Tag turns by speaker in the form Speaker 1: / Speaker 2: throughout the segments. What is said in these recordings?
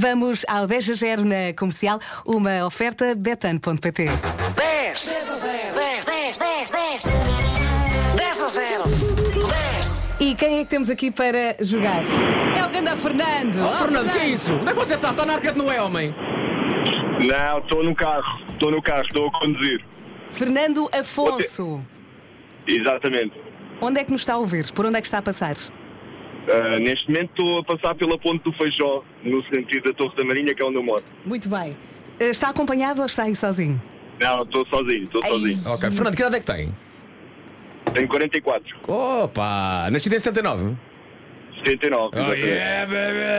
Speaker 1: Vamos ao 10 a 0 na comercial, uma oferta betano.pt.
Speaker 2: 10 10 a 0 10 10 10 10 10 a 0 10
Speaker 1: E quem é que temos aqui para jogar? É o Ganda Fernando!
Speaker 3: Oh, Fernando, que é isso? Onde é que você está? Está na Arca de Noé, homem?
Speaker 4: Não, estou no carro, estou no carro, estou a conduzir.
Speaker 1: Fernando Afonso,
Speaker 4: Exatamente.
Speaker 1: onde é que nos está a ouvir? Por onde é que está a passar?
Speaker 4: Ah, neste momento estou a passar pela ponte do Feijó, no sentido da Torre da Marinha, que é onde eu moro.
Speaker 1: Muito bem. Eh, Está acompanhado ou está aí sozinho?
Speaker 4: Não, estou sozinho, estou sozinho.
Speaker 3: Ok. Fernando, que idade é que tem?
Speaker 4: Tenho 44,
Speaker 3: Opa! Nascido em 79?
Speaker 4: 79,
Speaker 3: Oh,
Speaker 4: exatamente.
Speaker 3: yeah,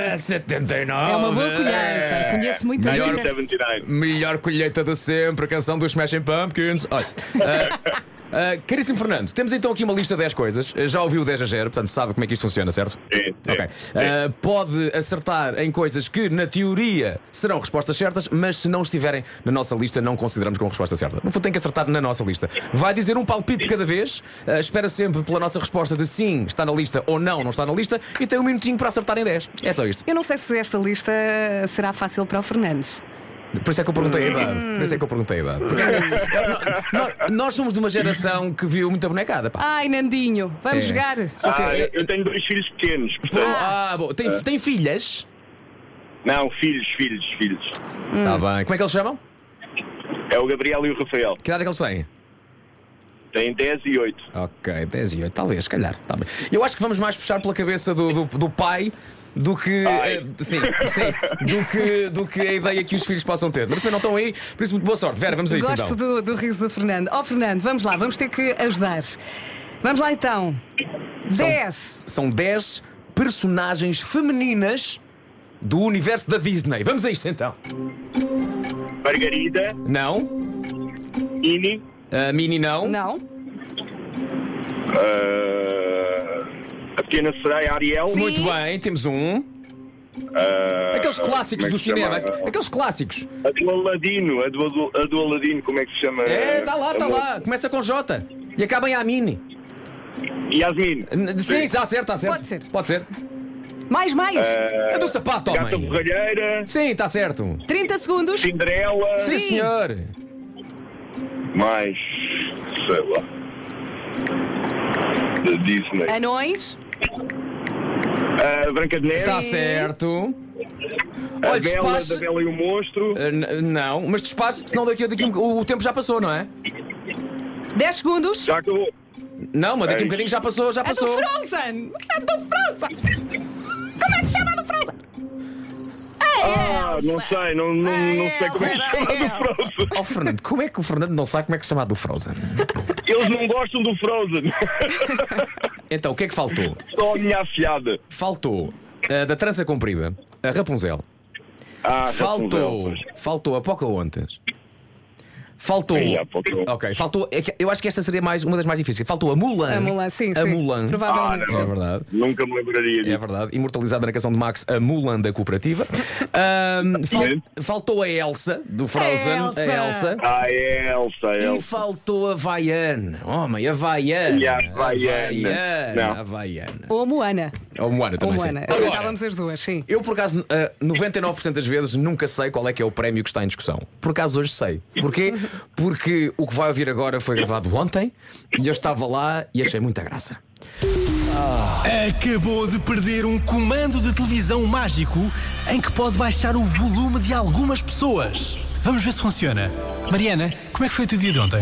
Speaker 3: baby! 79!
Speaker 1: É uma boa colheita. Conheço muito
Speaker 3: Melhor
Speaker 1: bem.
Speaker 4: 79.
Speaker 3: Melhor colheita de sempre, canção dos Smashing Pumpkins. Olha, ah, ah, caríssimo Fernando, temos então aqui uma lista de 10 coisas. Eh, Já ouviu o 10 a 0, portanto sabe como é que isto funciona, certo?
Speaker 4: Sim, sim,
Speaker 3: Ok.
Speaker 4: sim.
Speaker 3: Ah, pode acertar em coisas que, na teoria, serão respostas certas, mas se não estiverem na nossa lista, não consideramos como resposta certa. No fundo, tem que acertar na nossa lista. Vai dizer um palpite cada vez, ah, espera sempre pela nossa resposta de sim, está na lista ou não, não está na lista, e tem um minutinho para acertar em 10. É só isto.
Speaker 1: Eu não sei se esta lista será fácil para o Fernando.
Speaker 3: Por isso é que eu perguntei a idade. Por isso é que eu perguntei a idade. Porque, nó- nó- nós somos de uma geração que viu muita bonecada. Pá.
Speaker 1: Ai, Nandinho, vamos
Speaker 3: É.
Speaker 1: jogar?
Speaker 3: Só que.
Speaker 4: Ah, eu eu tenho dois filhos pequenos, portanto.
Speaker 3: Ah, bom. Tem, tem filhas?
Speaker 4: Não, filhos, filhos, filhos.
Speaker 3: Está bem. Como é que eles se chamam?
Speaker 4: É o Gabriel e o Rafael.
Speaker 3: Que idade é que eles têm?
Speaker 4: Têm 10 e 8.
Speaker 3: Ok, 10 e 8, talvez, se calhar. Tá bem. Eu acho que vamos mais puxar pela cabeça do, do, do pai do que.
Speaker 4: Ai.
Speaker 3: eh, sim, sim. Do que, do que a ideia que os filhos possam ter. Mas também não estão aí, por isso, muito boa sorte. Vera, vamos a isso
Speaker 1: Gosto
Speaker 3: então.
Speaker 1: do, do riso do Fernando. Ó, Fernando, vamos lá, vamos ter que ajudar. Vamos lá então. 10.
Speaker 3: São 10 personagens femininas do universo da Disney. Vamos a isto então.
Speaker 4: Margarida,
Speaker 3: Não?
Speaker 4: Ini,
Speaker 3: A Mini não?
Speaker 1: Não?
Speaker 4: ah, a pequena sereia Ariel.
Speaker 1: Sim.
Speaker 3: Muito bem, temos um.
Speaker 4: ah,
Speaker 3: Aqueles clássicos
Speaker 4: como
Speaker 3: do
Speaker 4: é que se
Speaker 3: cinema.
Speaker 4: chama?
Speaker 3: Aqueles clássicos.
Speaker 4: A do Aladino, a do, Adu- a do Aladino, como é que se chama?
Speaker 3: É, tá lá, tá
Speaker 4: A-
Speaker 3: lá. Começa com J. E acaba em Amini.
Speaker 4: Yasmin.
Speaker 3: N- Sim, está certo, está certo.
Speaker 1: Pode ser.
Speaker 3: Pode ser.
Speaker 1: Mais, mais.
Speaker 3: É do sapato,
Speaker 4: Gata
Speaker 3: homem.
Speaker 4: Borralheira,
Speaker 3: Sim, está certo.
Speaker 1: 30 segundos.
Speaker 4: Cinderela.
Speaker 3: Sim, senhor.
Speaker 4: Mais. sei lá. Da Disney.
Speaker 3: É.
Speaker 1: Anões.
Speaker 4: A Branca de Neve.
Speaker 3: Está Tá certo.
Speaker 4: É um- a
Speaker 3: Olha,
Speaker 4: Bela,
Speaker 3: despache.
Speaker 4: da Bela e o Monstro.
Speaker 3: Ah, n- Não, mas despache, senão daqui, daqui um- o, o tempo já passou, não é?
Speaker 1: 10 segundos.
Speaker 4: Já acabou.
Speaker 3: Não, mas daqui
Speaker 4: Ei.
Speaker 3: um bocadinho já passou, já
Speaker 1: É do
Speaker 3: passou.
Speaker 1: Frozen. É do Frozen. Como é que se chama a do Frozen?
Speaker 4: Ah, não sei, não, não,
Speaker 3: Ah,
Speaker 4: não sei como é que se chama do Frozen.
Speaker 3: Oh, Fernando, como é que o Fernando não sabe como é que se chama a do Frozen?
Speaker 4: Eles não gostam do Frozen.
Speaker 3: Então, o que é que faltou?
Speaker 4: Só a minha afiada.
Speaker 3: Faltou ah, da trança comprida, a Rapunzel.
Speaker 4: Ah,
Speaker 3: Faltou,
Speaker 4: Rapunzel.
Speaker 3: faltou a Pocahontas. Faltou.
Speaker 4: Ei, a Pocahontas.
Speaker 3: Ok, faltou. é que Eu acho que esta seria mais, uma das mais difíceis. Faltou a Mulan.
Speaker 1: A Mulan, sim,
Speaker 3: A
Speaker 1: sim.
Speaker 3: Mulan.
Speaker 1: Provavelmente.
Speaker 4: Ah,
Speaker 3: É verdade.
Speaker 4: Nunca me lembraria
Speaker 3: É
Speaker 4: disso.
Speaker 3: verdade. Imortalizada na canção de Max, a Mulan da cooperativa. Ahm, fal-
Speaker 4: Sim.
Speaker 3: faltou a Elsa, do Frozen.
Speaker 1: É Elsa.
Speaker 4: Ah, é Elsa,
Speaker 3: E
Speaker 4: Elsa.
Speaker 3: faltou a Vaiana. Homem, a Vaiana.
Speaker 4: E a Vaiana.
Speaker 3: Vaiana.
Speaker 4: Não.
Speaker 3: A Vaiana.
Speaker 1: Ou a Moana.
Speaker 3: Ou Moana
Speaker 1: Ou
Speaker 3: também. sim.
Speaker 1: Moana.
Speaker 3: Agora,
Speaker 1: Acertávamos as duas, sim.
Speaker 3: Eu, por acaso, eh, 99% das vezes nunca sei qual é que é o prémio que está em discussão. Por acaso, hoje sei. Porquê? Porque o que vai ouvir agora foi gravado ontem e eu estava lá e achei muita graça.
Speaker 5: Acabou de perder um comando de televisão mágico em que pode baixar o volume de algumas pessoas. Vamos ver se funciona. Mariana, como é que foi o teu dia de ontem?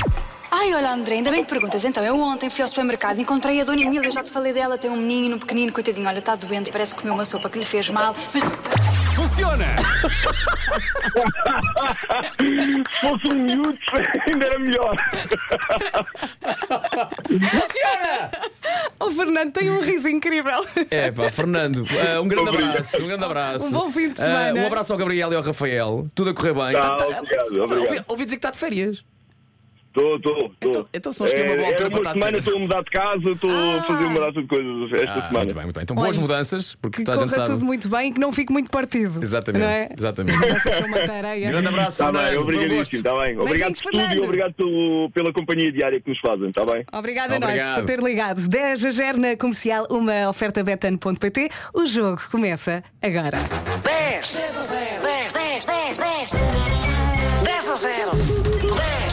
Speaker 6: Ai, olha, André, ainda bem que perguntas. Então, eu ontem fui ao supermercado, encontrei a Dona Emília, já te falei dela, tem um menino pequenino, coitadinho, olha, está doente, parece que comeu uma sopa que lhe fez mal, mas
Speaker 5: Funciona!
Speaker 4: Se fosse um miúdo, ainda era melhor.
Speaker 3: Funciona!
Speaker 1: O Fernando tem um riso incrível.
Speaker 3: É pá, Fernando, eh, um grande abraço. Um grande abraço.
Speaker 1: Um bom fim de
Speaker 3: Eh,
Speaker 1: semana.
Speaker 3: um abraço ao Gabriel e ao Rafael. Tudo a correr bem. Tá-
Speaker 4: Tá,
Speaker 3: tá-
Speaker 4: obrigado,
Speaker 3: ouvi,
Speaker 4: obrigado.
Speaker 3: ouvi dizer que está de férias.
Speaker 4: Estou, estou,
Speaker 3: Então-
Speaker 4: estou.
Speaker 3: então se não esquema, boa
Speaker 4: é,
Speaker 3: altura para
Speaker 4: era uma
Speaker 3: estar de
Speaker 4: semana,
Speaker 3: férias.
Speaker 4: estou a mudar de casa, estou a fazer uma data de coisas esta
Speaker 3: Ah,
Speaker 4: semana.
Speaker 3: muito bem, muito bem. Então boas
Speaker 1: Olha,
Speaker 3: mudanças, porque
Speaker 1: Que
Speaker 3: toda a gente
Speaker 1: corra
Speaker 3: sabe.
Speaker 1: tudo muito bem e que não fique muito partido.
Speaker 3: Exatamente,
Speaker 1: Não é?
Speaker 3: exatamente.
Speaker 1: As mudanças são uma tareia.
Speaker 3: Grande abraço,
Speaker 4: Está
Speaker 3: Fernando.
Speaker 4: Tá bem,
Speaker 3: Foi um
Speaker 4: obrigadíssimo,
Speaker 3: gosto.
Speaker 4: está bem. Obrigado
Speaker 1: Beijinhos,
Speaker 4: por tudo e
Speaker 1: Fernando.
Speaker 4: obrigado pelo- pela companhia diária que nos fazem, está bem?
Speaker 1: Obrigada a nós
Speaker 3: Obrigado.
Speaker 1: por ter ligado. 10 a 0 na comercial, uma oferta betano.pt. O jogo começa agora.
Speaker 2: 10 10 10 10 10 10 a 0 10